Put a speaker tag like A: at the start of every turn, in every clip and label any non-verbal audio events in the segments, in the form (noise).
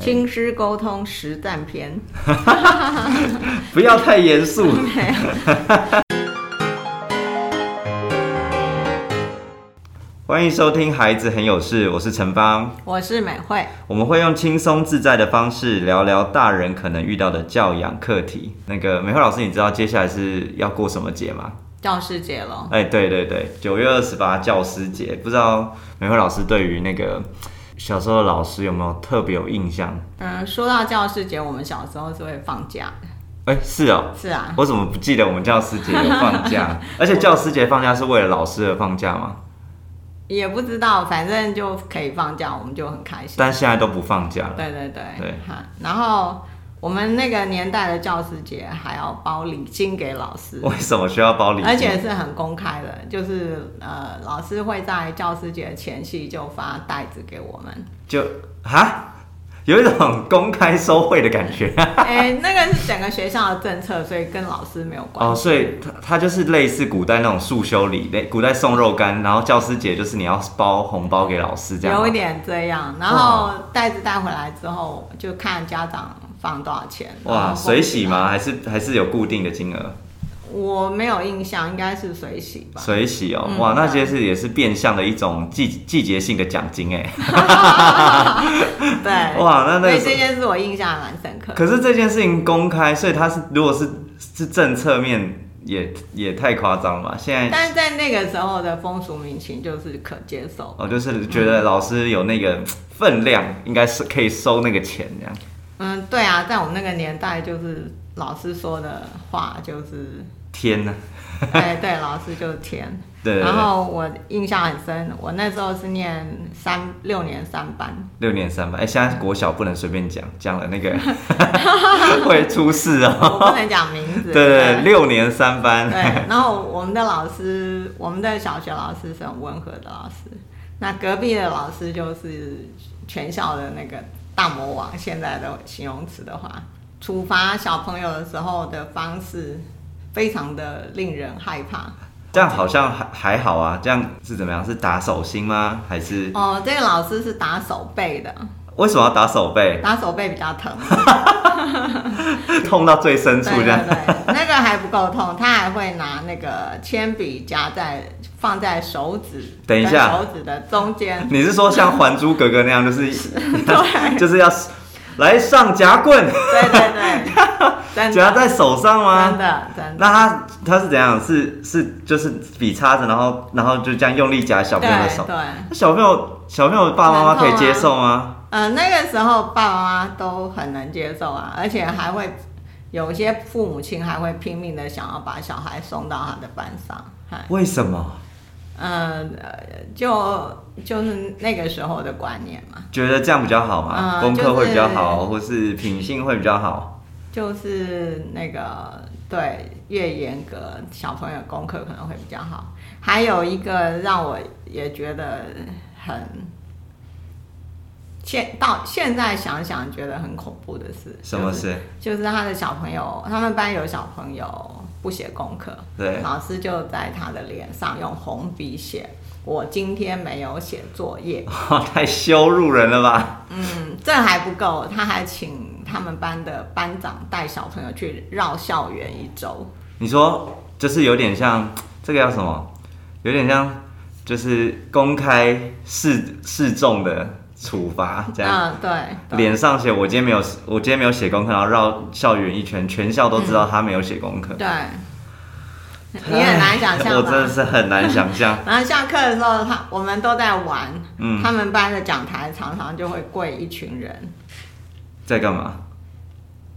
A: 亲师沟通实战篇。
B: 不要太严肃。 (laughs) 欢迎收听《孩子很有事》，我是陈芳。
A: 我是美惠，
B: 我们会用轻松自在的方式聊聊大人可能遇到的教养课题。那个美惠老师，你知道接下来是要过什么节吗？
A: 教师节了，
B: 哎，对对对，九月二十八教师节，不知道美惠老师对于那个小时候的老师有没有特别有印象？
A: 嗯，说到教师节，我们小时候是会放假的，
B: 哎，是哦，
A: 是啊，
B: (laughs) 我怎么不记得我们教师节有放
A: (laughs)
B: 假？而且教师节放假是为了老师而放假吗？
A: 也不知道，反正就可以放假，我们就很开心。
B: 但现在都不放假了。
A: 对对对，
B: 对
A: 哈。然后我们那个年代的教师节还要包礼金给老师，
B: 为什么需要包礼金？
A: 而且是很公开的，就是呃，老师会在教师节前夕就发袋子给我们。 (laughs)
B: 就哈，有一种公开收贿的感
A: (laughs)
B: 觉
A: 哎、那个是整个学校的政策，所以跟老师没有关
B: 哦。
A: 系。
B: 所以它它就是类似古代那种束修礼，类古代送肉干，然后教师节就是你要包红包给老师这样吗。
A: 有一点这样，然后袋子带回来之后，就看家长放多少钱。然
B: 哇，
A: 后
B: 水洗吗？？还是还是有固定的金额？
A: 我没有印象，应该是水洗吧。
B: 水洗哦，
A: 嗯
B: 哇，那
A: 对
B: 些是也是变相的一种季季节性的奖金哎。
A: 对，
B: (laughs) 哇那那个
A: 所以
B: 是
A: 这件事我印象还蛮深刻的。
B: 可是这件事情公开，所以它是如果是是政策面也也太夸张了吧？现在
A: 但是在那个时候的风俗民情就是可接受，
B: 我、哦、就是觉得老师有那个分量，应该是可以收那个钱这样。
A: 嗯，对啊，在我们那个年代，就是老师说的话
B: (laughs)
A: 就是，
B: 天呐，
A: 哎，对，老师就是天。
B: 对对
A: 然
B: 对，
A: 后我印象很深，我那时候是念三六年三
B: (laughs)
A: 班，
B: 六年三班，哎，现在国小不能随便讲，讲了
A: (laughs)
B: 那个会出事哦。
A: 我不能讲名字。
B: 对对对，六年三
A: 啊 (laughs) 对
B: 班，
A: 然后我们的老师，我们的小学老师是很温和的老师，那隔壁的老师就是全校的那个大魔王，现在的形容词的话，处罚小朋友的时候的方式非常的令人害
B: (laughs)
A: 怕。
B: 这样好像还还好啊。这样是怎么样？是打手心吗？还是
A: 哦，这个老师是打手背的，
B: 为什么要打手背？
A: 打手背比较疼。
B: 痛到最 (laughs) 深处
A: 对对
B: 这样？
A: 对，那个还不够痛，他还会拿那个铅笔夹在放在手指，
B: 等一下
A: 手指的中
B: (laughs)
A: 间，
B: 你是说像《还珠格格》那样，就是
A: 对
B: (laughs) 就是要来上夹棍，
A: (laughs) 对对对，
B: (laughs)
A: 真
B: 夹
A: 的
B: 在手上
A: 真
B: 吗？
A: 的真的，
B: 那他他是怎样？是是就是笔插着，然后然后就这样用力夹小朋友的
A: 对
B: 手。
A: 对，啊
B: 那小朋友小朋友爸爸妈妈可以接受吗？
A: 呃，那个时候爸爸妈妈都很能接受啊，而且还会有些父母亲还会拼命的想要把小孩送到他的班上，嗨
B: 为什么？
A: 嗯、呃，就就是那个时候的观念嘛，
B: 觉得这样比较好吗？
A: 嗯
B: 功课
A: 就是
B: 会比较好，或是品性会比较好？
A: 就是那个对越严格，小朋友功课可能会比较好。还有一个让我也觉得很现到现在想想觉得很恐怖的事，
B: 什么事？
A: 就是？就是他的小朋友，他们班有小朋友不写功课，
B: 对 (laughs)
A: 老师就在他的脸上用红笔写“我今天没有写作业”。
B: 哇，太羞辱人了吧？
A: 嗯，这还不够，他还请他们班的班长带小朋友去绕校园一周。
B: 你说就是有点像这个叫什么？有点像就是公开示示众的处罚这样。
A: 嗯，对，对
B: 脸上写我今天没有，我今天没有写功课，然后绕校园一圈，全校都知道他没有写功课。
A: 对， (laughs) 你很难想
B: 我
A: 象
B: 真的
A: 吧？
B: 是很难想象。
A: 然后下课的时候，他我们都在玩，
B: 嗯
A: 他们班的讲台常常就会跪一群人，
B: 在
A: (laughs)
B: 干嘛？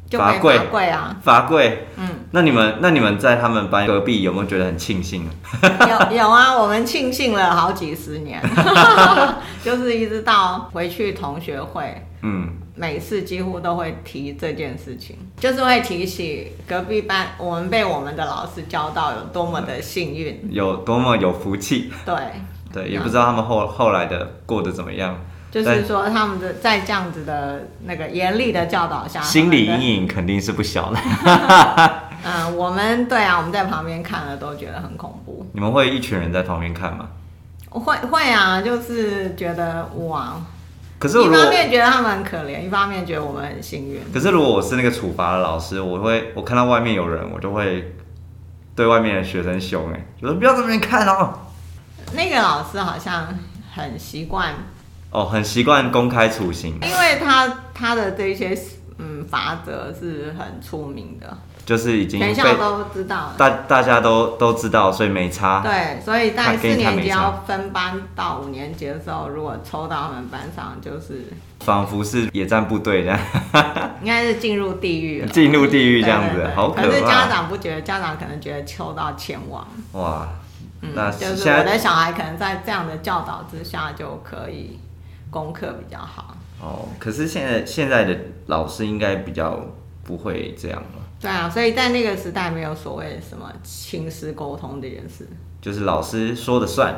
A: 就
B: 罚
A: 被
B: 跪
A: 罚跪啊。
B: 罚跪。
A: 嗯，
B: 那你们，那你们在他们班隔壁有没有觉得很庆幸？
A: 有有啊，我们庆幸了好几十
B: (laughs)
A: 年， (laughs) 就是一直到回去同学会，
B: 嗯，
A: 每次几乎都会提这件事情，就是会提起隔壁班我们被我们的老师教到有多么的幸
B: (laughs)
A: 运，
B: 有多么有福气？
A: 对，
B: 对，
A: 嗯
B: 也不知道他们后后来的过得怎么样，
A: 就是说他们的在这样子的那个严厉的教导下，
B: 心理
A: 他们的
B: 阴影肯定是不小的。 (laughs)
A: 嗯，我们对啊，我们在旁边看了都觉得很恐怖，
B: 你们会一群人在旁边看吗？
A: 会会啊，就是觉得哇，
B: 可是如
A: 一
B: 果
A: 方面觉得他们很可怜，一方面觉得我们很幸运。
B: 可是如果我是那个处罚的老师，我会我看到外面有人，我就会对外面的学生凶哎、欸，就说不要在那边看哦。
A: 那个老师好像很习惯，
B: 哦，很习惯公开处刑，
A: 因为他他的这些嗯法则是很出名的，
B: 就是已经
A: 全
B: 被
A: 校都知道。
B: 大大家都都知道，所以没差。
A: 对，所以在
B: 看
A: 四
B: 跟你看
A: 年
B: 没
A: 级
B: 差
A: 要分班到五年级的时候，如果抽到他们班上，就是 (laughs)
B: 仿佛是野战部队这样 (laughs)
A: 应该是进入地狱了。
B: 进入地狱
A: 对
B: 这样
A: 对
B: 子
A: 对，
B: 好
A: 可
B: 怕。
A: 是家长不觉得，家长可能觉得抽到前往，
B: 哇，
A: 嗯
B: 那，
A: 就是
B: 现
A: 我
B: 在
A: 的小孩可能在这样的教导之下就可以功课比较好。
B: 哦，可是现在现在的老师应该比较不会这样了，
A: 对啊，所以在那个时代没有所谓什么亲师沟通这件事。
B: 就是老师说的算，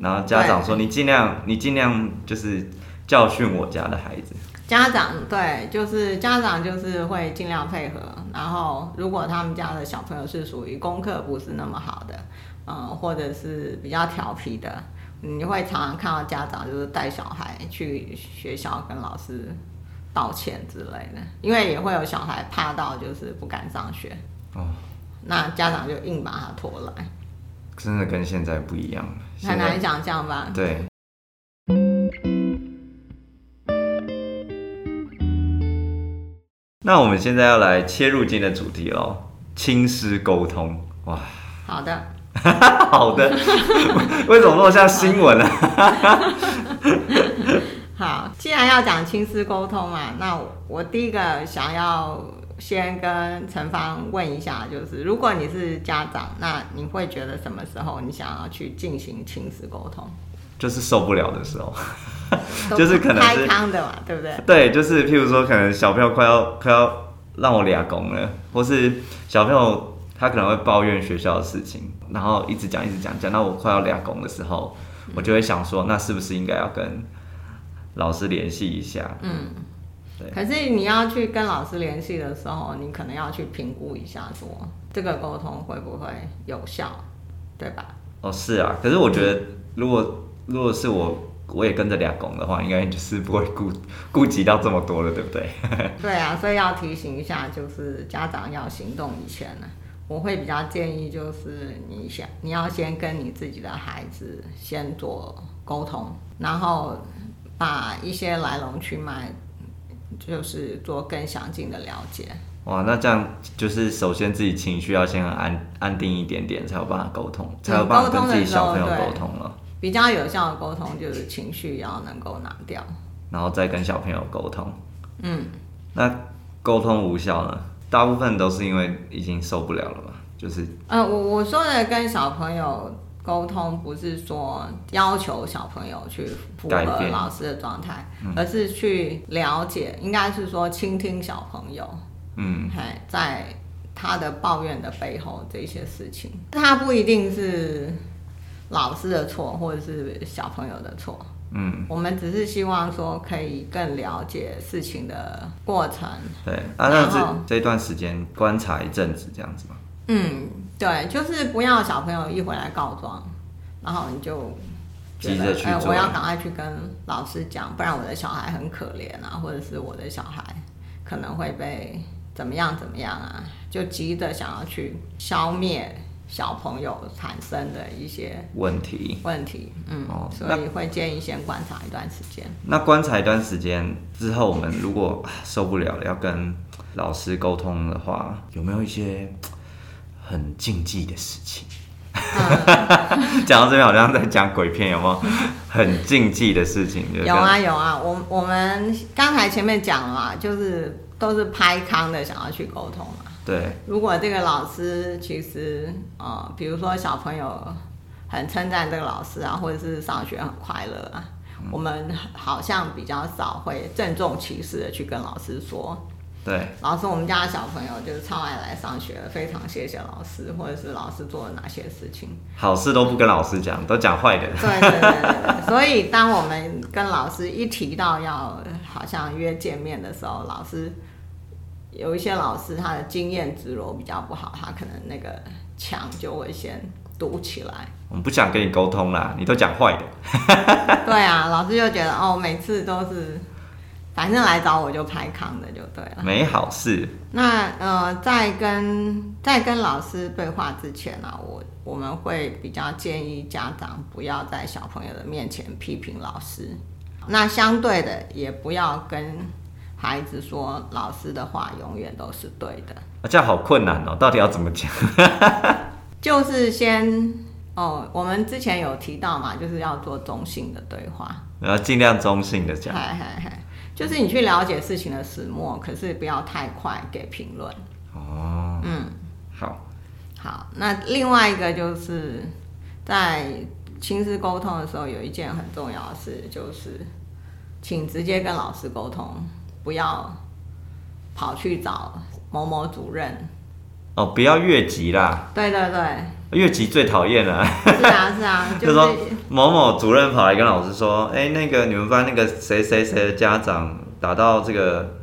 B: 然后家长
A: 对
B: 说你尽量你尽量就是教训我家的孩子。
A: 家长对，就是家长就是会尽量配合，然后如果他们家的小朋友是属于功课不是那么好的，嗯，或者是比较调皮的，你会常常看到家长就是带小孩去学校跟老师道歉之类的，因为也会有小孩怕到就是不敢上学，
B: 哦，
A: 那家长就硬把他拖来，
B: 真的跟现在不一样了，
A: 很
B: 现
A: 难
B: 在
A: 想象吧？
B: 对。那我们现在要来切入今天的主题喽，亲师沟通。哇，
A: 好的，
B: 好的， (laughs) 为什么落下新闻啊？
A: 好，既然要讲亲师沟通嘛，那我我第一个想要先跟陈芳问一下，就是如果你是家长，那你会觉得什么时候你想要去进行亲师沟通？
B: 就是受不了的时候，就是可能
A: 开
B: 是
A: 康的嘛，对不对？
B: 对，就是譬如说，可能小朋友快要快要让我俩拱了，或是小朋友他可能会抱怨学校的事情，然后一直讲一直讲，讲到我快要俩拱的时候，我就会想说，那是不是应该要跟老师联系一下？
A: 嗯。
B: 对
A: 可是你要去跟老师联系的时候，你可能要去评估一下说这个沟通会不会有效，对吧？
B: 哦，是啊，可是我觉得如果如果是我。我也跟着俩拱的话，应该就是不会顾顾及到这么多了，对不对？
A: (laughs) 对啊，所以要提醒一下，就是家长要行动以前呢，我会比较建议就是你想你要先跟你自己的孩子先做沟通，然后把一些来龙去脉，就是做更详尽的了解。
B: 哇，那这样就是首先自己情绪要先很安安定一点点，才有办法沟通，才有办法跟自己小朋友嗯沟通了，
A: 比较有效的沟通就是情绪要能够拿掉。
B: 然后再跟小朋友沟通。
A: 嗯，
B: 那沟通无效呢？大部分都是因为已经受不了了吧？就是
A: 呃，我我说的跟小朋友沟通，不是说要求小朋友去符
B: 改
A: 合
B: 变嗯
A: 老师的状态，而是去了解，应该是说倾听小朋友，
B: 嗯，
A: 嘿，在他的抱怨的背后这些事情，他不一定是老师的错，或者是小朋友的错。
B: 嗯，
A: 我们只是希望说可以更了解事情的过程，
B: 对。啊，那
A: 然后
B: 这这段时间观察一阵子这样子嘛。
A: 嗯，对，就是不要小朋友一回来告状，然后你就觉
B: 急
A: 得
B: 着去
A: 哎，
B: 做
A: 我要赶快去跟老师讲，不然我的小孩很可怜啊，或者是我的小孩可能会被怎么样怎么样啊，就急着想要去消灭小朋友产生的一些
B: 问题，
A: 问题，嗯，
B: 哦
A: 所
B: 那
A: 以会建议先观察一段时间。
B: 那观察一段时间之后，我们如果啊受不了了，要跟老师沟通的话，有没有一些很禁忌的事情？
A: 嗯
B: (laughs) 讲到这边好像在讲鬼片，有没有很禁忌的事情？就是
A: 有啊有啊，我我们刚才前面讲了嘛，就是都是拍康的想要去沟通嘛。
B: 跟，对，
A: 如果这个老师其实呃，比如说小朋友很称赞这个老师啊，或者是上学很快乐啊，我们好像比较少会郑重其事的去跟老师说，
B: 对，
A: 老师我们家的小朋友就是超爱来上学的，非常谢谢老师，或者是老师做了哪些事情。
B: 好事都不跟老师讲，都讲坏的。
A: 对对对对 (laughs) 对，所以当我们跟老师一提到要好像约见面的时候，老师有一些老师他的经验值如果比较不好，他可能那个墙就会先堵起来。
B: 我们不想跟你沟通啦，你都讲坏的。
A: 对啊，老师就觉得哦，每次都是反正来找我就拍康的就对了。
B: 没好事，
A: 那呃，在跟在跟老师对话之前呢、啊，我我们会比较建议家长不要在小朋友的面前批评老师，那相对的也不要跟孩子说老师的话永远都是对的，
B: 啊这样好困难哦，到底要怎么讲？
A: 就是先哦，我们之前有提到嘛，就是要做中性的对话，
B: 然后尽量中性的讲，
A: 嗨嗨嗨，就是你去了解事情的始末，可是不要太快给评论。
B: 哦，
A: 嗯，
B: 好，
A: 好，那另外一个就是在亲子沟通的时候，有一件很重要的事就是，请直接跟老师沟通，不要跑去找某某主任。
B: 哦，不要越级啦，
A: 对对对，
B: 越级最讨厌了。
A: 是啊是啊，就
B: 就说
A: 是
B: 某某主任跑来跟老师说：“哎、那个你们班那个谁谁谁的家长打到这个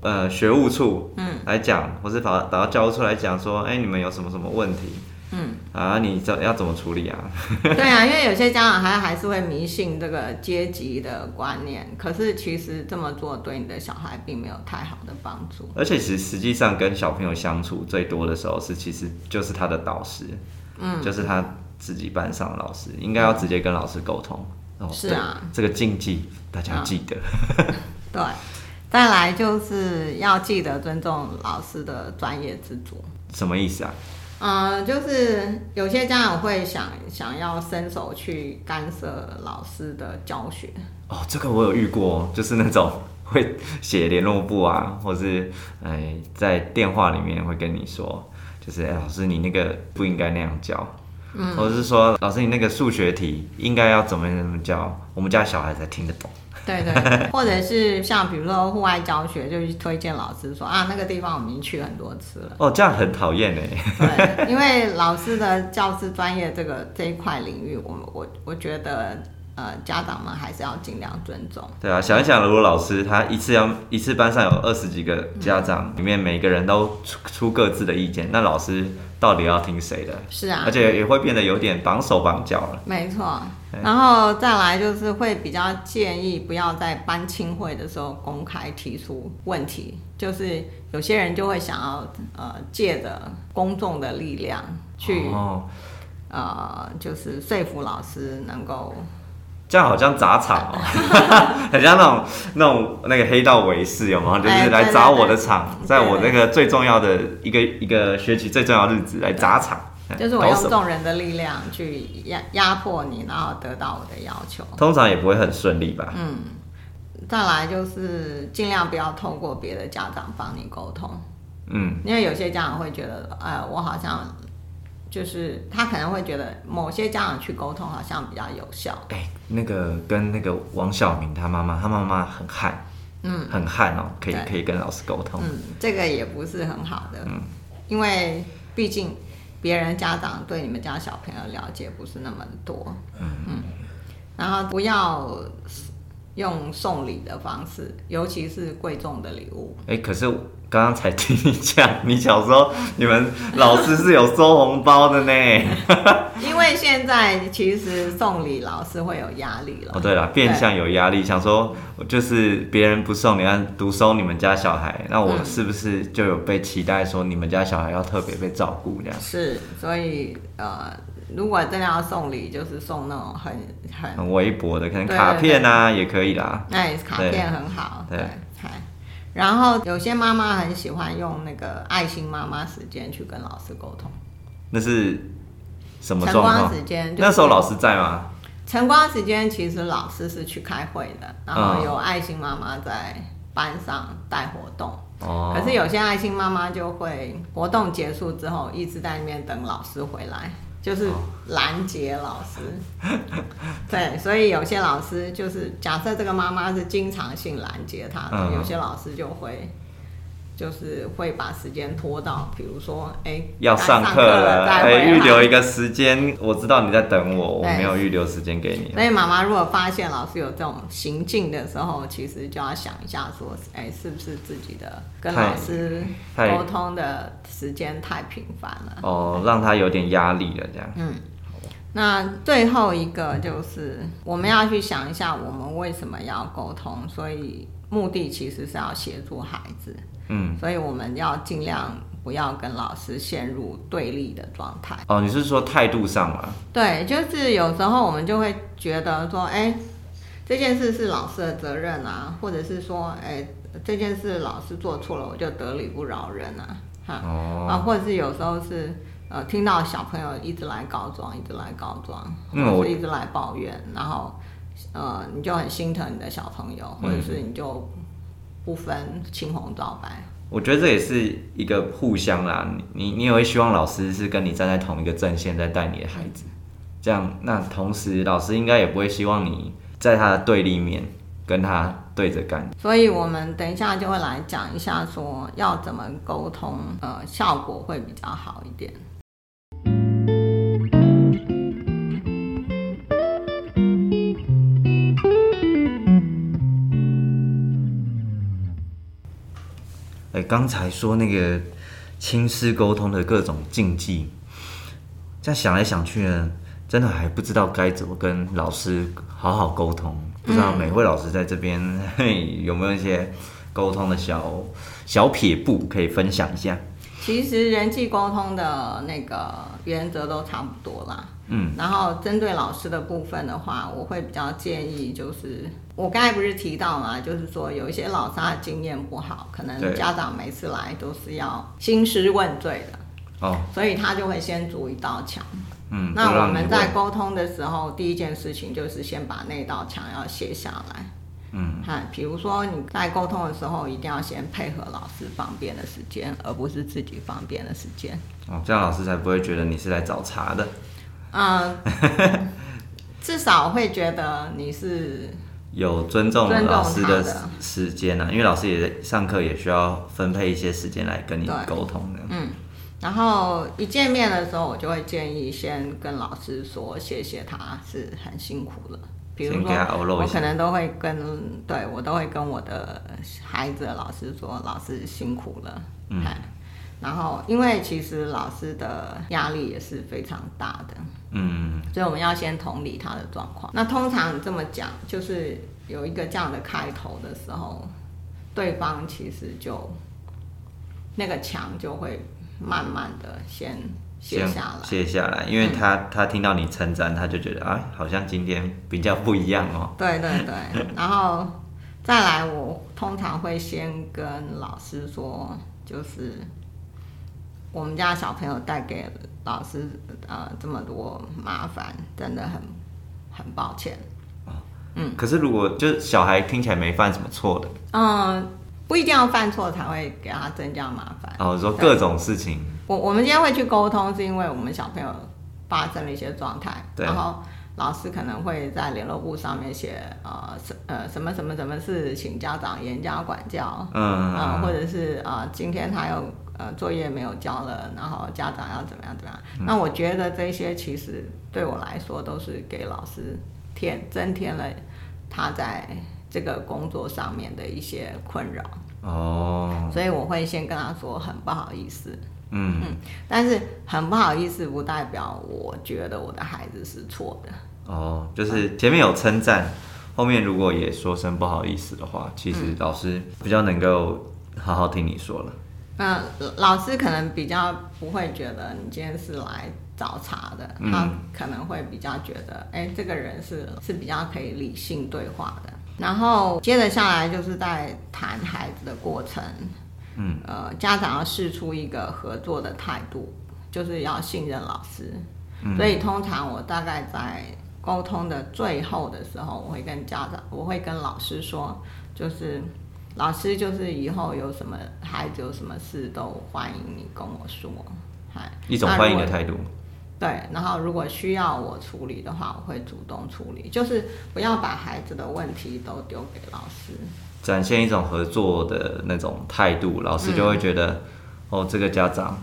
B: 呃学务处
A: 嗯
B: 来讲，或是打打到教务处来讲说，哎、你们有什么什么问题
A: 嗯，
B: 啊？你怎要怎么处理啊？
A: 对啊，因为有些家长还还是会迷信这个阶级的观念，可是其实这么做对你的小孩并没有太好的帮助。
B: 而且其实实际上跟小朋友相处最多的时候是，其实就是他的导师，
A: 嗯，
B: 就是他自己班上的老师，应该要直接跟老师沟通。哦，
A: 是啊
B: 这，这个禁忌大家要
A: 嗯
B: 记得。
A: 对，再来就是要记得尊重老师的专业之主。
B: 什么意思啊？
A: 嗯，就是有些家长会想想要伸手去干涉老师的教学，
B: 哦，这个我有遇过，就是那种会写联络簿啊，或是哎、在电话里面会跟你说，就是哎、老师你那个不应该那样教，嗯，或者是说老师你那个数学题应该要怎么怎么教，我们家小孩才听得懂。
A: 对对对或者是像比如说户外教学，就是推荐老师说啊那个地方我们已经去很多次了，
B: 哦，这样很讨厌哎，
A: 对，因为老师的教师专业这个这一块领域，我们我我觉得呃家长们还是要尽量尊重。
B: 对啊，想一想，如果老师他一次要一次班上有二十几个家长，里面每个人都出出各自的意见，那老师到底要听谁的？
A: 是啊
B: 而，且也会变得有点绑手绑脚了。
A: 没错，然后再来就是会比较建议不要在班亲会的时候公开提出问题，就是有些人就会想要呃借着公众的力量去、
B: 哦，
A: 呃就是说服老师能够
B: 这样好像砸场哦， (laughs) 很像那种那种那个黑道维士有吗？就
A: 哎
B: 是
A: 对
B: 来砸我的场，
A: 对对
B: 在我那个最重要的一个一个学期最重要的日子来砸场，
A: 就是
B: 投
A: 我用
B: 手
A: 众人的力量去压压迫你，然后得到我的要求。
B: 通常也不会很顺利吧？
A: 嗯，再来就是尽量不要透过别的家长帮你沟通。
B: 嗯，
A: 因为有些家长会觉得，呃，我好像就是他可能会觉得某些家长去沟通好像比较有效，
B: 哎、那个跟那个王晓明他妈妈，他妈妈很悍，
A: 嗯，
B: 很悍哦，可以
A: 对
B: 可以跟老师沟通，
A: 嗯，这个也不是很好的，
B: 嗯
A: 因为毕竟别人家长对你们家小朋友了解不是那么多，嗯然后不要用送礼的方式，尤其是贵重的礼物，
B: 哎、可是我刚刚才听你讲，你小时候 (laughs) 你们老师是有收红包的呢。
A: 嗯因为现在其实送礼老师会有压力了，
B: 哦，对了，变相有压力，想说就是别人不送你，要独收你们家小孩，那
A: 嗯
B: 我是不是就有被期待说你们家小孩要特别被照顾这样？
A: 是，所以呃，如果真的要送礼，就是送那种很很
B: 很微薄的，可能
A: 对
B: 卡片啊也可以啦。
A: 那卡
B: 对
A: 片很好，
B: 对
A: 对，嗨然后有些妈妈很喜欢用那个爱心妈妈时间去跟老师沟通，
B: 那是什么
A: 晨
B: 状
A: 光
B: 况？
A: 时间、就是
B: 那时候老师在吗？
A: 晨光时间其实老师是去开会的，然后
B: 嗯
A: 有爱心妈妈在班上带活动。
B: 哦，
A: 可是有些爱心妈妈就会活动结束之后一直在那边等老师回来，
B: 哦
A: 就是拦截老师。 (laughs) 对，所以有些老师就是假设这个妈妈是经常性拦截他的，
B: 嗯
A: 有些老师就会。就是会把时间拖到，比如说，哎、
B: 要
A: 该
B: 上课
A: 了，
B: 了，
A: 再
B: 哎，
A: 回来
B: 预留一个时间，我知道你在等我，我
A: 对
B: 没有预留时间给你。
A: 所以妈妈如果发现老师有这种行径的时候，其实就要想一下说，哎、是不是自己的跟
B: 太
A: 老师
B: 太
A: 沟通的时间太频繁了？
B: 哦，让他有点压力了这样。
A: 嗯，那最后一个就是我们要去想一下，我们为什么要沟通，所以目的其实是要协助孩子，
B: 嗯，
A: 所以我们要尽量不要跟老师陷入对立的状态。
B: 哦，你是说态度上吗？
A: 对，就是有时候我们就会觉得说，哎，这件事是老师的责任啊，或者是说，哎，这件事老师做错了，我就得理不饶人啊，哈、
B: 哦，
A: 啊，或者是有时候是呃听到小朋友一直来告状，一直来告状，
B: 嗯
A: 或
B: 我
A: 者是一直来抱怨，然后呃你就很心疼你的小朋友，
B: 嗯
A: 或者是你就不分青红皂白。
B: 我觉得这也是一个互相啦，你你你也会希望老师是跟你站在同一个阵线在带你的孩子，
A: 嗯
B: 这样那同时老师应该也不会希望你在他的对立面跟他对着干，
A: 所以我们等一下就会来讲一下，说要怎么沟通，呃，效果会比较好一点。
B: 哎，刚才说那个亲师沟通的各种禁忌，这样想来想去呢，真的还不知道该怎么跟老师好好沟通。不知道
A: 嗯
B: 每位老师在这边、嘿有没有一些沟通的小小撇步可以分享一下？
A: 其实人际沟通的那个原则都差不多啦。
B: 嗯，
A: 然后针对老师的部分的话，我会比较建议就是，我刚才不是提到嘛，就是说有一些老师他的经验不好，可能
B: 对
A: 家长每次来都是要兴师问罪的，
B: 哦，
A: 所以他就会先筑一道墙。
B: 嗯，不
A: 那我
B: 让你
A: 们
B: 问
A: 在沟通的时候，第一件事情就是先把那道墙要卸下来。
B: 嗯，
A: 哎，比如说你在沟通的时候，一定要先配合老师方便的时间，而不是自己方便的时间。
B: 哦，这样老师才不会觉得你是来找茬的，
A: 嗯，
B: (laughs)
A: 至少会觉得你是
B: 有尊重
A: 尊重
B: 老师的
A: 他的
B: 时间啊，因为老师也上课也需要分配一些时间来跟你
A: 对
B: 沟通的。
A: 嗯，然后一见面的时候，我就会建议先跟老师说谢谢他是很辛苦了。比如
B: 先
A: 说
B: 给他欧，露一
A: 我可
B: 下
A: 能都会跟对我都会跟我的孩子的老师说，老师辛苦了。
B: 嗯
A: 哎，然后因为其实老师的压力也是非常大的，
B: 嗯，
A: 所以我们要先同理他的状况。那通常这么讲，就是有一个这样的开头的时候，对方其实就那个墙就会慢慢的先卸
B: 先
A: 下来。嗯
B: 卸下来，因为他、他听到你称赞，他就觉得啊，好像今天比较不一样哦。
A: 对对
B: (laughs)
A: 对，然后再来，我通常会先跟老师说，就是我们家小朋友带给老师呃这么多麻烦，真的很很抱歉。嗯
B: 可是如果就是小孩听起来没犯什么错的，
A: 嗯，不一定要犯错才会给他增加麻烦。
B: 哦，说
A: 对
B: 各种事情，
A: 我我们今天会去沟通，是因为我们小朋友发生了一些状态，
B: 对
A: 然后老师可能会在联络簿上面写呃什呃什么什么什么事，请家长严加管教，
B: 嗯，
A: 啊、或者是啊、呃今天他有呃作业没有交了，然后家长要怎么样怎么样。
B: 嗯
A: 那我觉得这些其实对我来说都是给老师添增添了他在这个工作上面的一些困扰，
B: 哦，
A: 所以我会先跟他说很不好意思，
B: 嗯，
A: 但是很不好意思不代表我觉得我的孩子是错的。
B: 哦，就是前面有称赞，后面如果也说声不好意思的话，其
A: 嗯
B: 实老师比较能够好好听你说了。
A: 那老师可能比较不会觉得你今天是来找茬的，
B: 嗯
A: 他可能会比较觉得，哎、这个人是是比较可以理性对话的。然后接着下来就是在谈孩子的过程，
B: 嗯，
A: 呃，家长要试出一个合作的态度，就是要信任老师。
B: 嗯
A: 所以通常我大概在沟通的最后的时候，我会跟家长，我会跟老师说，就是老师就是以后有什么孩子有什么事都欢迎你跟我说，嗨，
B: 一种欢迎
A: 那
B: 的
A: 如果
B: 态度。
A: 对，然后如果需要我处理的话，我会主动处理，就是不要把孩子的问题都丢给老师。
B: 展现一种合作的那种态度，老师就
A: 嗯
B: 会觉得，哦，这个家长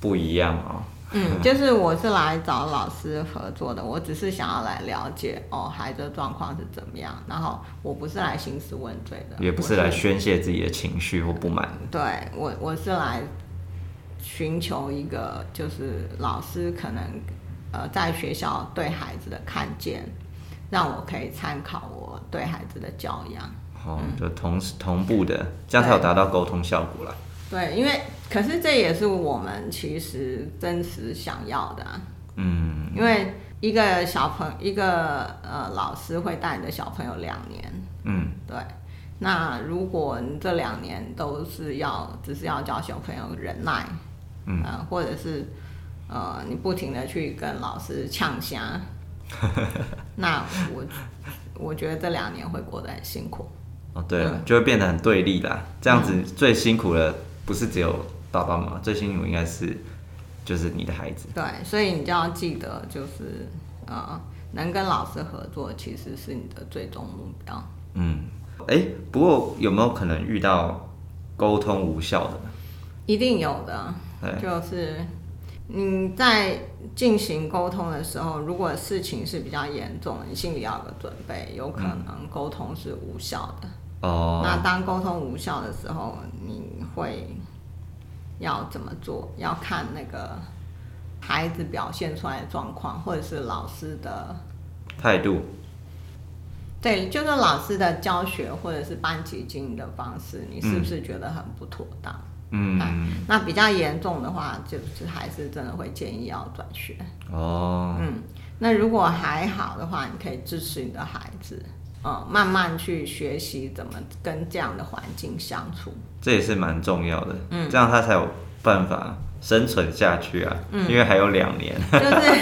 B: 不一样哦。
A: 嗯，就是我是来找老师合作的，我只是想要来了解哦孩子的状况是怎么样，然后我不是来兴师问罪的，
B: 也不是
A: 我
B: 来宣泄自己的情绪或不满。
A: 对我，我是来寻求一个，就是老师可能呃在学校对孩子的看见，让我可以参考我对孩子的教养。
B: 哦，就同时同步的，这样才有达到沟通效果啦。
A: 对，因为可是这也是我们其实真实想要的、啊，
B: 嗯，
A: 因为一个小朋一个呃老师会带你的小朋友两年，
B: 嗯，
A: 对。那如果你这两年都是要只是要教小朋友忍耐，
B: 嗯
A: 呃或者是呃你不停的去跟老师呛虾，那我我觉得这两年会过得很辛苦。
B: 哦，对
A: 嗯
B: 了，就会变得很对立啦。这样子最辛苦的不是只有爸爸妈妈，最辛苦应该是就是你的孩子。
A: 对，所以你就要记得，就是呃，能跟老师合作其实是你的最终目标。
B: 嗯，哎、不过有没有可能遇到沟通无效的呢？
A: 一定有的，
B: 对，
A: 就是你在进行沟通的时候，如果事情是比较严重的，你心里要有个准备，有可能沟通是无效的。那
B: 哦，
A: 当沟通无效的时候，你会要怎么做？要看那个孩子表现出来的状况，或者是老师的
B: 态度，
A: 对，就是老师的教学或者是班级经营的方式，你是不是觉得很不妥当？
B: 嗯，
A: 那比较严重的话，就是还是真的会建议要转学。
B: 哦，
A: 嗯，那如果还好的话，你可以支持你的孩子，呃，慢慢去学习怎么跟这样的环境相处。 (laughs)
B: 这也是蛮重要的。
A: 嗯
B: 这样他才有办法生存下去啊。
A: 嗯
B: 因为还有两年。
A: 就是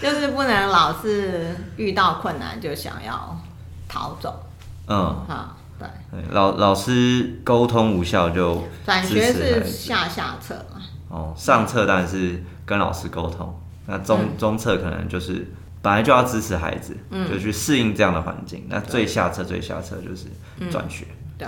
A: 就是不能老是遇到困难就想要逃走
B: 嗯，
A: 哈。对，
B: 对老老师沟通无效就
A: 转
B: 支
A: 学
B: 持孩
A: 是
B: 子
A: 下下策嘛。
B: 哦，上册当然是跟老师沟通，那中、中册可能就是本来就要支持孩子，就去适应这样的环境。那最下册最下册就是转学。 (laughs)
A: 对。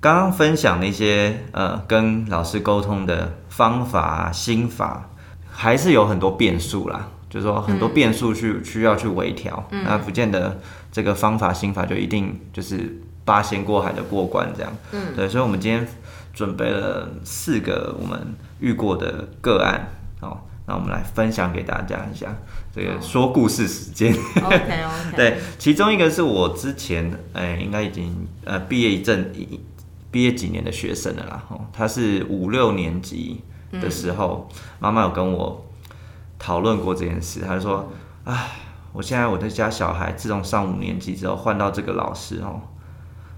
B: 刚刚分享的一些呃跟老师沟通的方法、啊、心法，还是有很多变数啦，就是说很多变数去、需要去微调，那不见得这个方法心法就一定就是八仙过海的过关这样。嗯，对，所以我们今天准备了四个我们遇过的个案，好，那我们来分享给大家一下这个说故事时间。
A: OK OK。
B: 对，其中一个是我之前，哎、应该已经呃毕业一阵，一毕业几年的学生了啦。吼，他是五六年级的时候，妈妈有跟我讨论过这件事，她就说：“哎，我现在我的家小孩自从上五年级之后换到这个老师哦，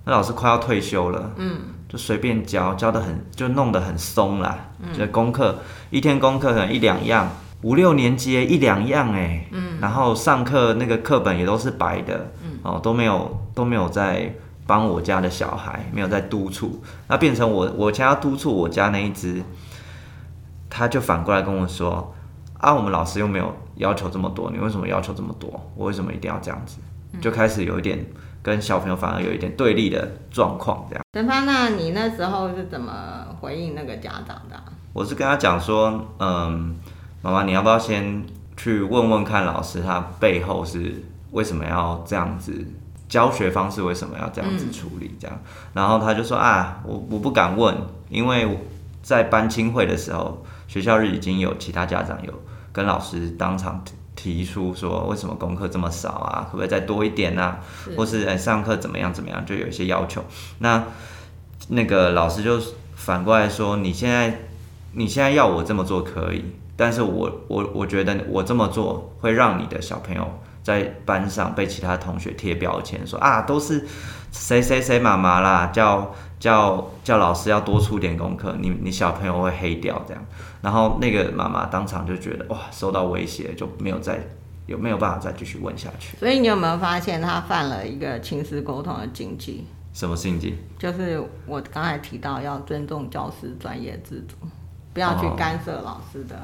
B: 那老师快要退休了，嗯，就随便教，教的很就弄得很松啦，就功课一天功课可能一两样，五六年级耶一两样哎，嗯，然后上课那个课本也都是白的，嗯，哦都没有都没有在帮我家的小孩，没有在督促，那变成我我家督促我家那一只，他就反过来跟我说，啊我们老师又没有要求这么多，你为什么要求这么多？我为什么一定要这样子？就开始有一点跟小朋友反而有一点对立的状况，这样。
A: 陈芳，那你那时候是怎么回应那个家长的啊？
B: 我是跟他讲说，嗯，妈妈，你要不要先去问问看老师，他背后是为什么要这样子，教学方式为什么要这样子处理这样？然后他就说啊，我我不敢问，因为在班亲会的时候，学校日已经有其他家长有跟老师当场提提出说，为什么功课这么少啊？可不可以再多一点啊？或是、哎上课怎么样怎么样，就有一些要求。那那个老师就反过来说，你现在你现在要我这么做可以，但是我我我觉得我这么做会让你的小朋友在班上被其他同学贴标签，说啊都是谁谁谁妈妈啦，叫叫叫老师要多出点功课，你你小朋友会黑掉这样。然后那个妈妈当场就觉得哇受到威胁，就没有再有没有办法再继续问下去。
A: 所以你有没有发现他犯了一个亲师沟通的禁忌？
B: 什么禁忌？
A: 就是我刚才提到要尊重教师专业自主，不要去
B: 哦
A: 干涉老师的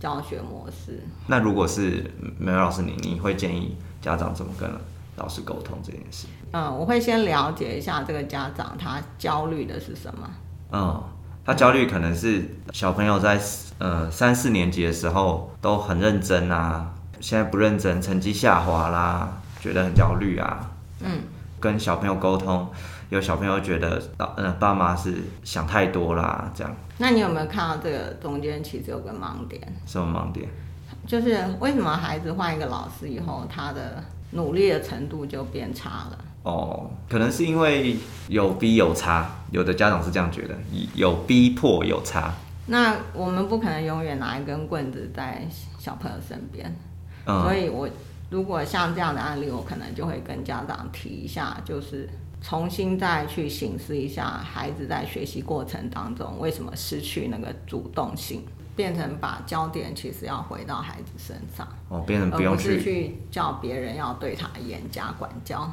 A: 教学模式。
B: 那如果是美美老师你，你会建议家长怎么跟老师沟通这件事？
A: 嗯，我会先了解一下这个家长他焦虑的是什么。
B: 嗯，他焦虑可能是小朋友在呃三四年级的时候都很认真啊，现在不认真，成绩下滑啦，觉得很焦虑啊。嗯，跟小朋友沟通，有小朋友觉得啊呃爸妈是想太多啦，这样
A: 那你有没有看到这个中间其实有个盲点？
B: 什么盲点？
A: 就是为什么孩子换一个老师以后，他的努力的程度就变差了？
B: 哦，可能是因为有逼有差，有的家长是这样觉得，有逼迫有差，
A: 那我们不可能永远拿一根棍子在小朋友身边，
B: 嗯
A: 所以我如果像这样的案例，我可能就会跟家长提一下，就是重新再去审视一下孩子在学习过程当中为什么失去那个主动性，变成把焦点其实要回到孩子身上，
B: 哦，变成不
A: 而
B: 用
A: 不是
B: 去
A: 去叫别人要对他严加管教。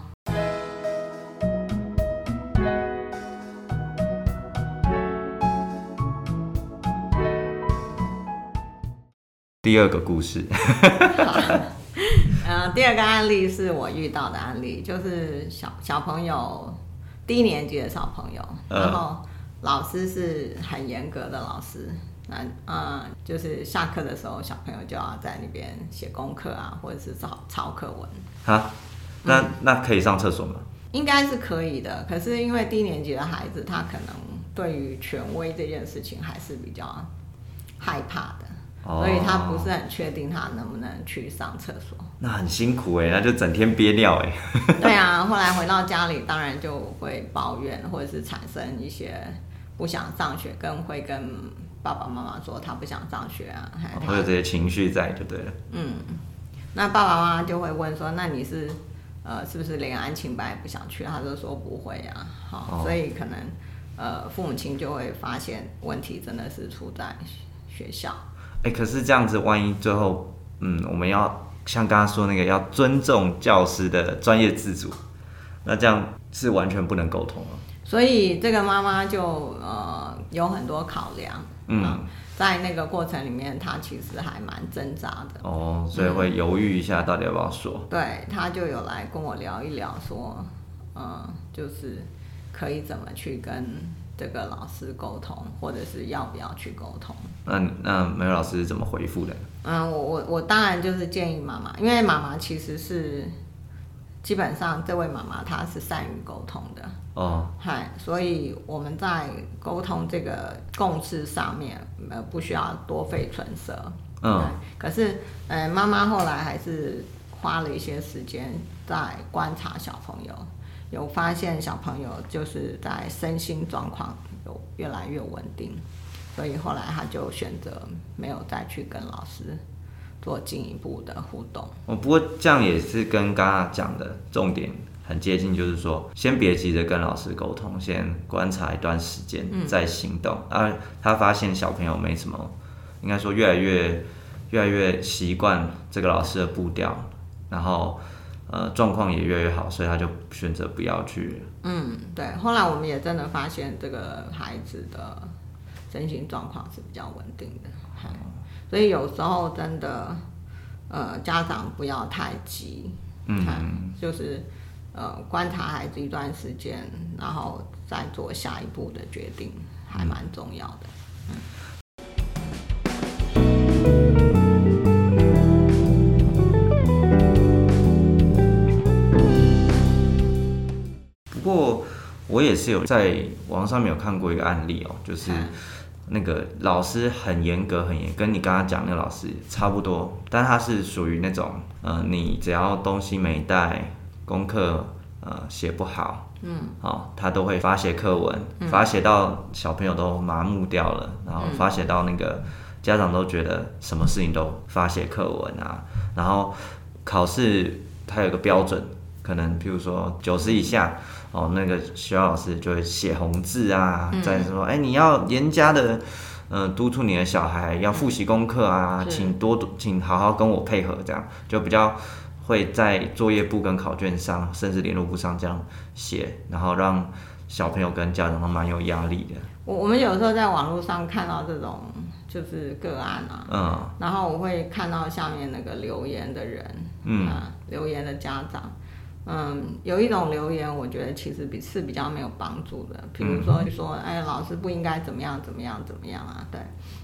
B: 第二个故事， (laughs)
A: 呃，第二个案例是我遇到的案例，就是小小朋友低年级的小朋友，
B: 嗯
A: 然后老师是很严格的老师，那呃，就是下课的时候小朋友就要在那边写功课啊，或者是抄抄课文，
B: 哈，那
A: 嗯
B: 那可以上厕所吗？
A: 应该是可以的。可是因为低年级的孩子，他可能对于权威这件事情还是比较害怕的，所以他不是很确定他能不能去上厕所。
B: 那很辛苦哎、那就整天憋尿哎、 (laughs)
A: 对啊，后来回到家里，当然就会抱怨，或者是产生一些不想上学，跟会跟爸爸妈妈说他不想上学啊，还
B: 会有
A: 他
B: 这些情绪在就对了。
A: 嗯，那爸爸妈妈就会问说，那你是呃是不是连安亲班也不想去？他就说不会啊，好、
B: 哦
A: 所以可能呃父母亲就会发现问题真的是出在学校，
B: 哎、可是这样子，万一最后，嗯，我们要像刚刚说那个，要尊重教师的专业自主，那这样是完全不能沟通了。
A: 所以这个妈妈就呃有很多考量，
B: 嗯
A: 啊在那个过程里面，她其实还蛮挣扎的。
B: 哦，所以会犹豫一下，到底要不要说？
A: 对，她就有来跟我聊一聊，说，呃，就是可以怎么去跟这个老师沟通，或者是要不要去沟通。
B: 那那梅老师是怎么回复的？
A: 嗯，我我我当然就是建议妈妈，因为妈妈其实是基本上这位妈妈她是善于沟通的，
B: 哦，
A: 嗨，所以我们在沟通这个共识上面，呃，不需要多费唇舌。
B: 嗯
A: 嗨，可是，呃，妈妈后来还是花了一些时间在观察小朋友，有发现小朋友就是在身心状况有越来越稳定，所以后来他就选择没有再去跟老师做进一步的互动。
B: 哦，不过这样也是跟刚刚讲的重点很接近，就是说，先别急着跟老师沟通，先观察一段时间、再行动。啊，他发现小朋友没什么，应该说越来越越来越习惯这个老师的步调，然后呃状况也越来越好，所以他就选择不要去。
A: 嗯，对。后来我们也真的发现这个孩子的身心状况是比较稳定的，嗨所以有时候真的，呃，家长不要太急，
B: 嗯
A: 嗨，就是呃观察孩子一段时间，然后再做下一步的决定，还蛮重要的。
B: 不过我也是有在网上面有看过一个案例哦，就是
A: 嗯
B: 那个老师很严格，很严，跟你刚刚讲那个老师差不多，但他是属于那种，呃，你只要东西没带，功课呃写不好，嗯，哦，他都会发写课文，发写到小朋友都麻木掉了，然后发写到那个家长都觉得什么事情都发写课文啊，然后考试它有个标准，可能譬如说九十以下，哦，那个学校老师就会写红字啊，
A: 嗯
B: 再说，哎、你要严加的，呃，督促你的小孩要复习功课啊，
A: 嗯是
B: 请多多，请好好跟我配合，这样就比较会在作业簿跟考卷上，甚至联络簿上这样写，然后让小朋友跟家长都蛮有压力的，
A: 我我们有时候在网络上看到这种就是个案啊，
B: 嗯
A: 然后我会看到下面那个留言的人，
B: 嗯
A: 啊，留言的家长，嗯，有一种留言，我觉得其实比是比较没有帮助的，比如说
B: 嗯
A: 说，哎，老师不应该怎么样怎么样怎么样啊，对，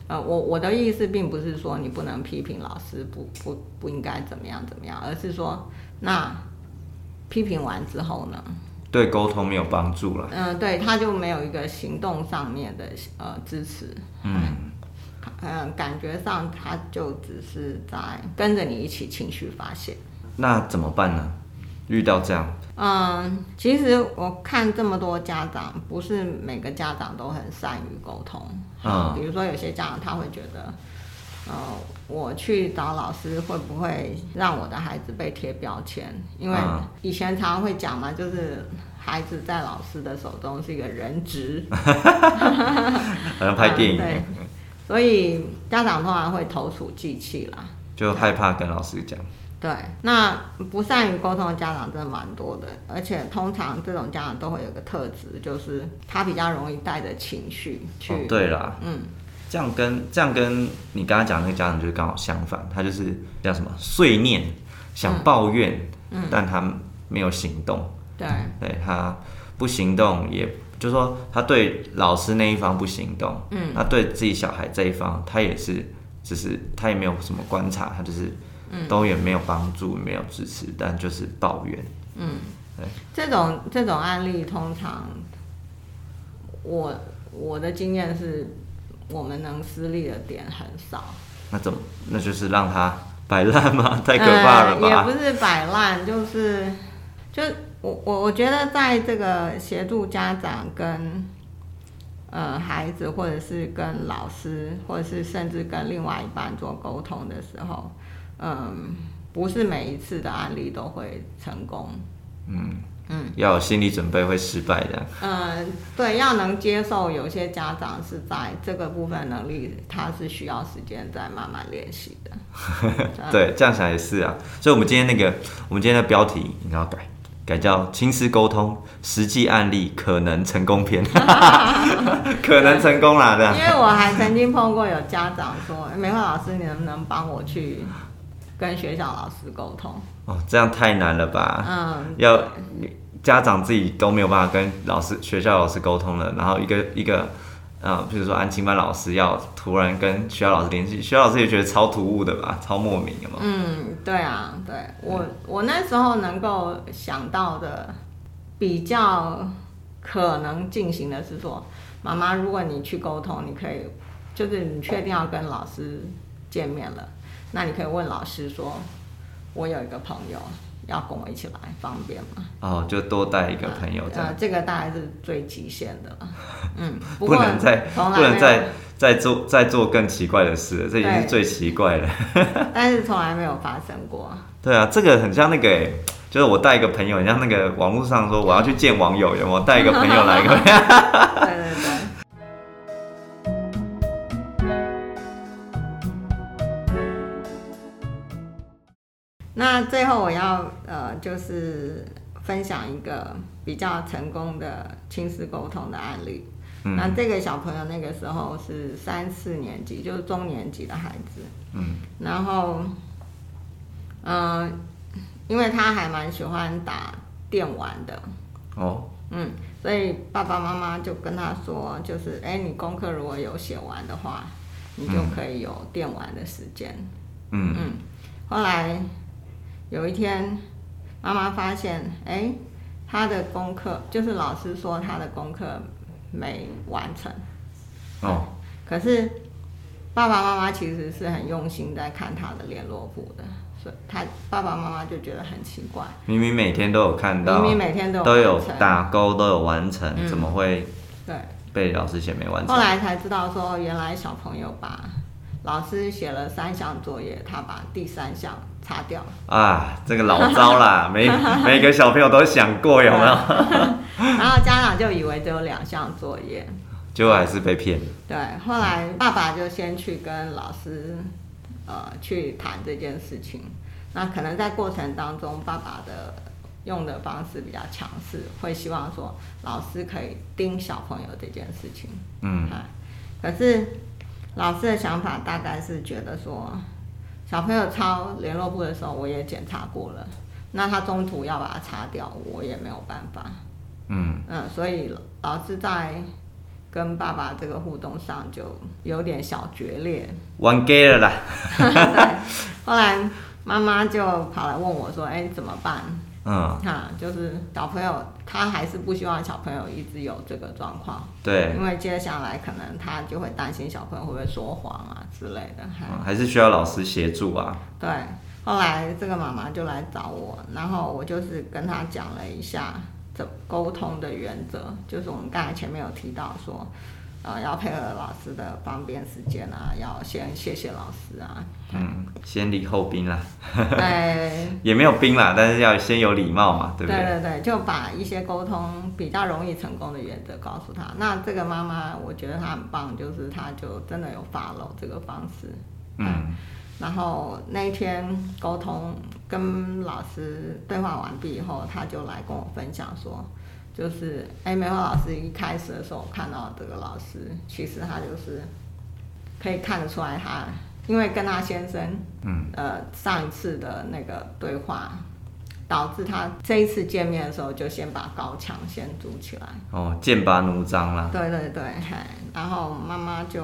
A: 呃，我我的意思并不是说你不能批评老师不不不应该怎么样怎么样，而是说那批评完之后呢，
B: 对沟通没有帮助了。
A: 嗯、对，他就没有一个行动上面的呃支持，
B: 嗯，
A: 嗯，感觉上他就只是在跟着你一起情绪发泄。
B: 那怎么办呢？遇到这样，
A: 嗯，其实我看这么多家长，不是每个家长都很善于沟通。
B: 嗯
A: 比如说有些家长他会觉得，呃，我去找老师会不会让我的孩子被贴标签？因为
B: 嗯
A: 以前常常会讲嘛，就是孩子在老师的手中是一个人质，
B: 好像拍电
A: 嗯
B: 影，
A: 对所以家长通常会投鼠忌器啦。
B: 就害怕跟老师讲。
A: 对，那不善于沟通的家长真的蛮多的，而且通常这种家长都会有个特质，就是他比较容易带着情绪去。
B: 哦，对啦，
A: 嗯，
B: 这样跟这样跟你刚刚讲的那个家长就是刚好相反，他就是叫什么碎念，
A: 嗯
B: 想抱怨，但他没有行动，
A: 对，
B: 对他不行动也，就是说他对老师那一方不行动，
A: 嗯，
B: 那对自己小孩这一方，他也是只是他也没有什么观察，他就是
A: 嗯
B: 都也没有帮助，没有支持，但就是抱怨，
A: 这种这种案例通常我我的经验是，我们能私立的点很少。
B: 那怎么那就是让他摆烂吗？太可怕了吧！
A: 呃呃也不是摆烂，就是就我我我觉得在这个协助家长跟呃孩子，或者是跟老师，或者是甚至跟另外一半做沟通的时候，嗯，不是每一次的案例都会成功。
B: 要有心理准备会失败的，
A: 嗯，对，要能接受，有些家长是在这个部分能力，他是需要时间再慢慢练习的。
B: 对，这样想也是啊。所以，我们今天那个，我们今天的标题应该要改，改叫“亲师沟通实际案例可能成功篇”，可能成功啦，这样
A: 因。为我还曾经碰过有家长说：“美惠老师，你能不能帮我去跟学校老师沟通
B: 哦，这样太难了？”吧？
A: 嗯，
B: 要家长自己都没有办法跟老师、学校老师沟通了，然后一个一个。呃，比如说安亲班老师要突然跟学校老师联系，学校老师也觉得超突兀的吧，超莫名的嘛。
A: 嗯，对啊，对我我那时候能够想到的比较可能进行的是说，妈妈，如果你去沟通，你可以就是你确定要跟老师见面了，那你可以问老师说，我有一个朋友要跟我一起来，方便吗？
B: 哦，就多带一个朋友这样
A: 呃，。这个大概是最极限的了。嗯，
B: 不
A: 过
B: 能再
A: 从来
B: 不
A: 没有
B: 能再再做再做更奇怪的事了，这已经是
A: 对
B: 最奇怪的。
A: 但是从来没有发生过。
B: (laughs) 对啊，这个很像那个、欸，就是我带一个朋友，很像那个网络上说我要去见网友，有没有带一个朋友来？有
A: (laughs)
B: 没有
A: 对对对。 (laughs) 那最后我要呃，就是分享一个比较成功的亲子沟通的案例。
B: 嗯
A: 那这个小朋友那个时候是三四年级，就是中年级的孩子。
B: 嗯。
A: 然后，嗯、因为他还蛮喜欢打电玩的，
B: 哦，
A: 嗯，所以爸爸妈妈就跟他说，就是哎、你功课如果有写完的话，你就可以有电玩的时间。
B: 嗯，
A: 后来有一天，妈妈发现，哎、他的功课就是老师说他的功课没完成，
B: 哦，
A: 可是爸爸妈妈其实是很用心在看他的联络簿的，所以他爸爸妈妈就觉得很奇怪，
B: 明明每天都有看到，
A: 明明每天都有
B: 都有
A: 完成
B: 打勾，都有完成，
A: 嗯
B: 怎么会
A: 对。
B: 被老师写没完成？
A: 后来才知道说，原来小朋友把老师写了三项作业，他把第三项擦掉了，
B: 啊，这个老
A: (laughs)
B: 招啦，每每个小朋友都想过，有没有？
A: 然后家长就以为只有两项作业。
B: 结果还是被骗了。
A: 对，后来爸爸就先去跟老师，呃，去谈这件事情。那可能在过程当中，爸爸的用的方式比较强势，会希望说老师可以盯小朋友这件事情。
B: 嗯
A: 啊，可是老师的想法大概是觉得说，小朋友抄联络簿的时候我也检查过了，那他中途要把它擦掉，我也没有办法。
B: 嗯，
A: 嗯，所以老师在跟爸爸这个互动上就有点小决裂。
B: 玩 gay 了啦。
A: 后来妈妈就跑来问我说：“哎、怎么办？”
B: 嗯，
A: 啊，就是小朋友他还是不希望小朋友一直有这个状况，
B: 对，
A: 因为接下来可能他就会担心小朋友会不会说谎啊之类的，还
B: 嗯还是需要老师协助啊。
A: 对，后来这个妈妈就来找我，然后我就是跟她讲了一下这沟通的原则，就是我们刚才前面有提到说，呃，要配合老师的方便时间啊，要先谢谢老师
B: (laughs)
A: 啊，
B: 嗯，先礼后兵啦，
A: 对，
B: 也没有兵啦，但是要先有礼貌嘛，对
A: 对
B: 不对？
A: 对对，就把一些沟通比较容易成功的原则告诉他。那这个妈妈，我觉得她很棒，就是她就真的有 follow 这个方式。
B: 嗯，
A: 然后那一天沟通跟老师对话完毕以后，他就来跟我分享说，就是哎，梅花老师一开始的时候，我看到这个老师，其实他就是可以看得出来他，因为跟他先生，
B: 嗯，
A: 呃，上一次的那个对话，导致他这一次见面的时候就先把高墙先筑起来。
B: 哦，剑拔弩张啦，
A: 对对对，嘿然后妈妈就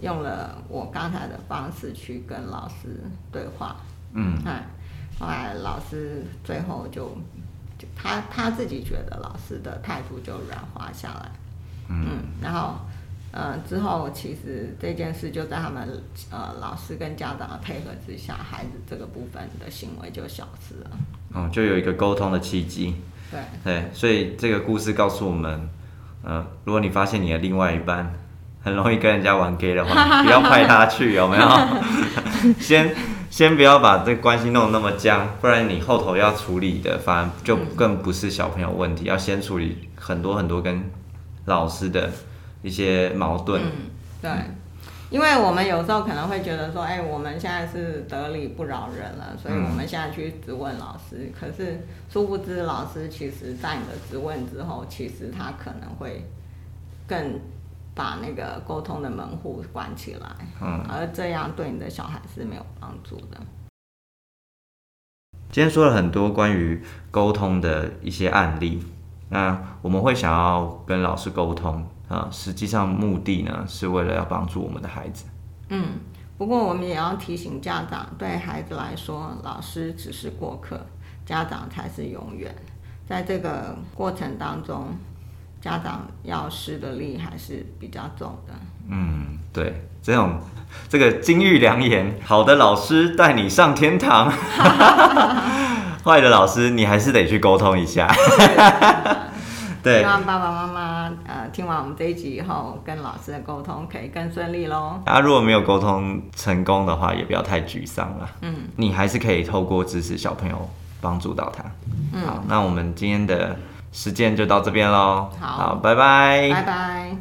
A: 用了我刚才的方式去跟老师对话，
B: 嗯，
A: 哎，后来老师最后就就他他自己觉得老师的态度就软化下来，
B: 嗯
A: 然后呃之后其实这件事就在他们呃老师跟家长的配合之下，孩子这个部分的行为就消失了，
B: 哦，就有一个沟通的契机。
A: 对。
B: 对，所以这个故事告诉我们，呃，如果你发现你的另外一半很容易跟人家玩 gay 的话，不要派他去，有没 (laughs) 有？先先不要把这关系弄得那么僵，不然你后头要处理的，反而就更不是小朋友问题，要先处理很多很多跟老师的一些矛盾。
A: 嗯，对，因为我们有时候可能会觉得说，哎，我们现在是得理不饶人了，所以我们现在去质问老师。可是殊不知，老师其实在你的质问之后，其实他可能会更把那个沟通的门户关起来，
B: 嗯，
A: 而这样对你的小孩是没有帮助的。
B: 今天说了很多关于沟通的一些案例，那我们会想要跟老师沟通啊，实际上目的呢是为了要帮助我们的孩子。
A: 嗯，不过我们也要提醒家长，对孩子来说，老师只是过客，家长才是永远。在这个过程当中，家长要施的力还是比较重的。
B: 嗯，对，这种这个金玉良言，好的老师带你上天堂， (laughs) 坏的老师你还是得去沟通一下。 (laughs) 对
A: 希，望爸爸妈妈呃听完我们这一集以后，跟老师的沟通可以更顺利喽。
B: 啊，如果没有沟通成功的话，也不要太沮丧了。
A: 嗯，
B: 你还是可以透过支持小朋友帮助到他。嗯，好，那我们今天的时间就到这边喽。
A: 好
B: 拜拜。
A: 拜拜。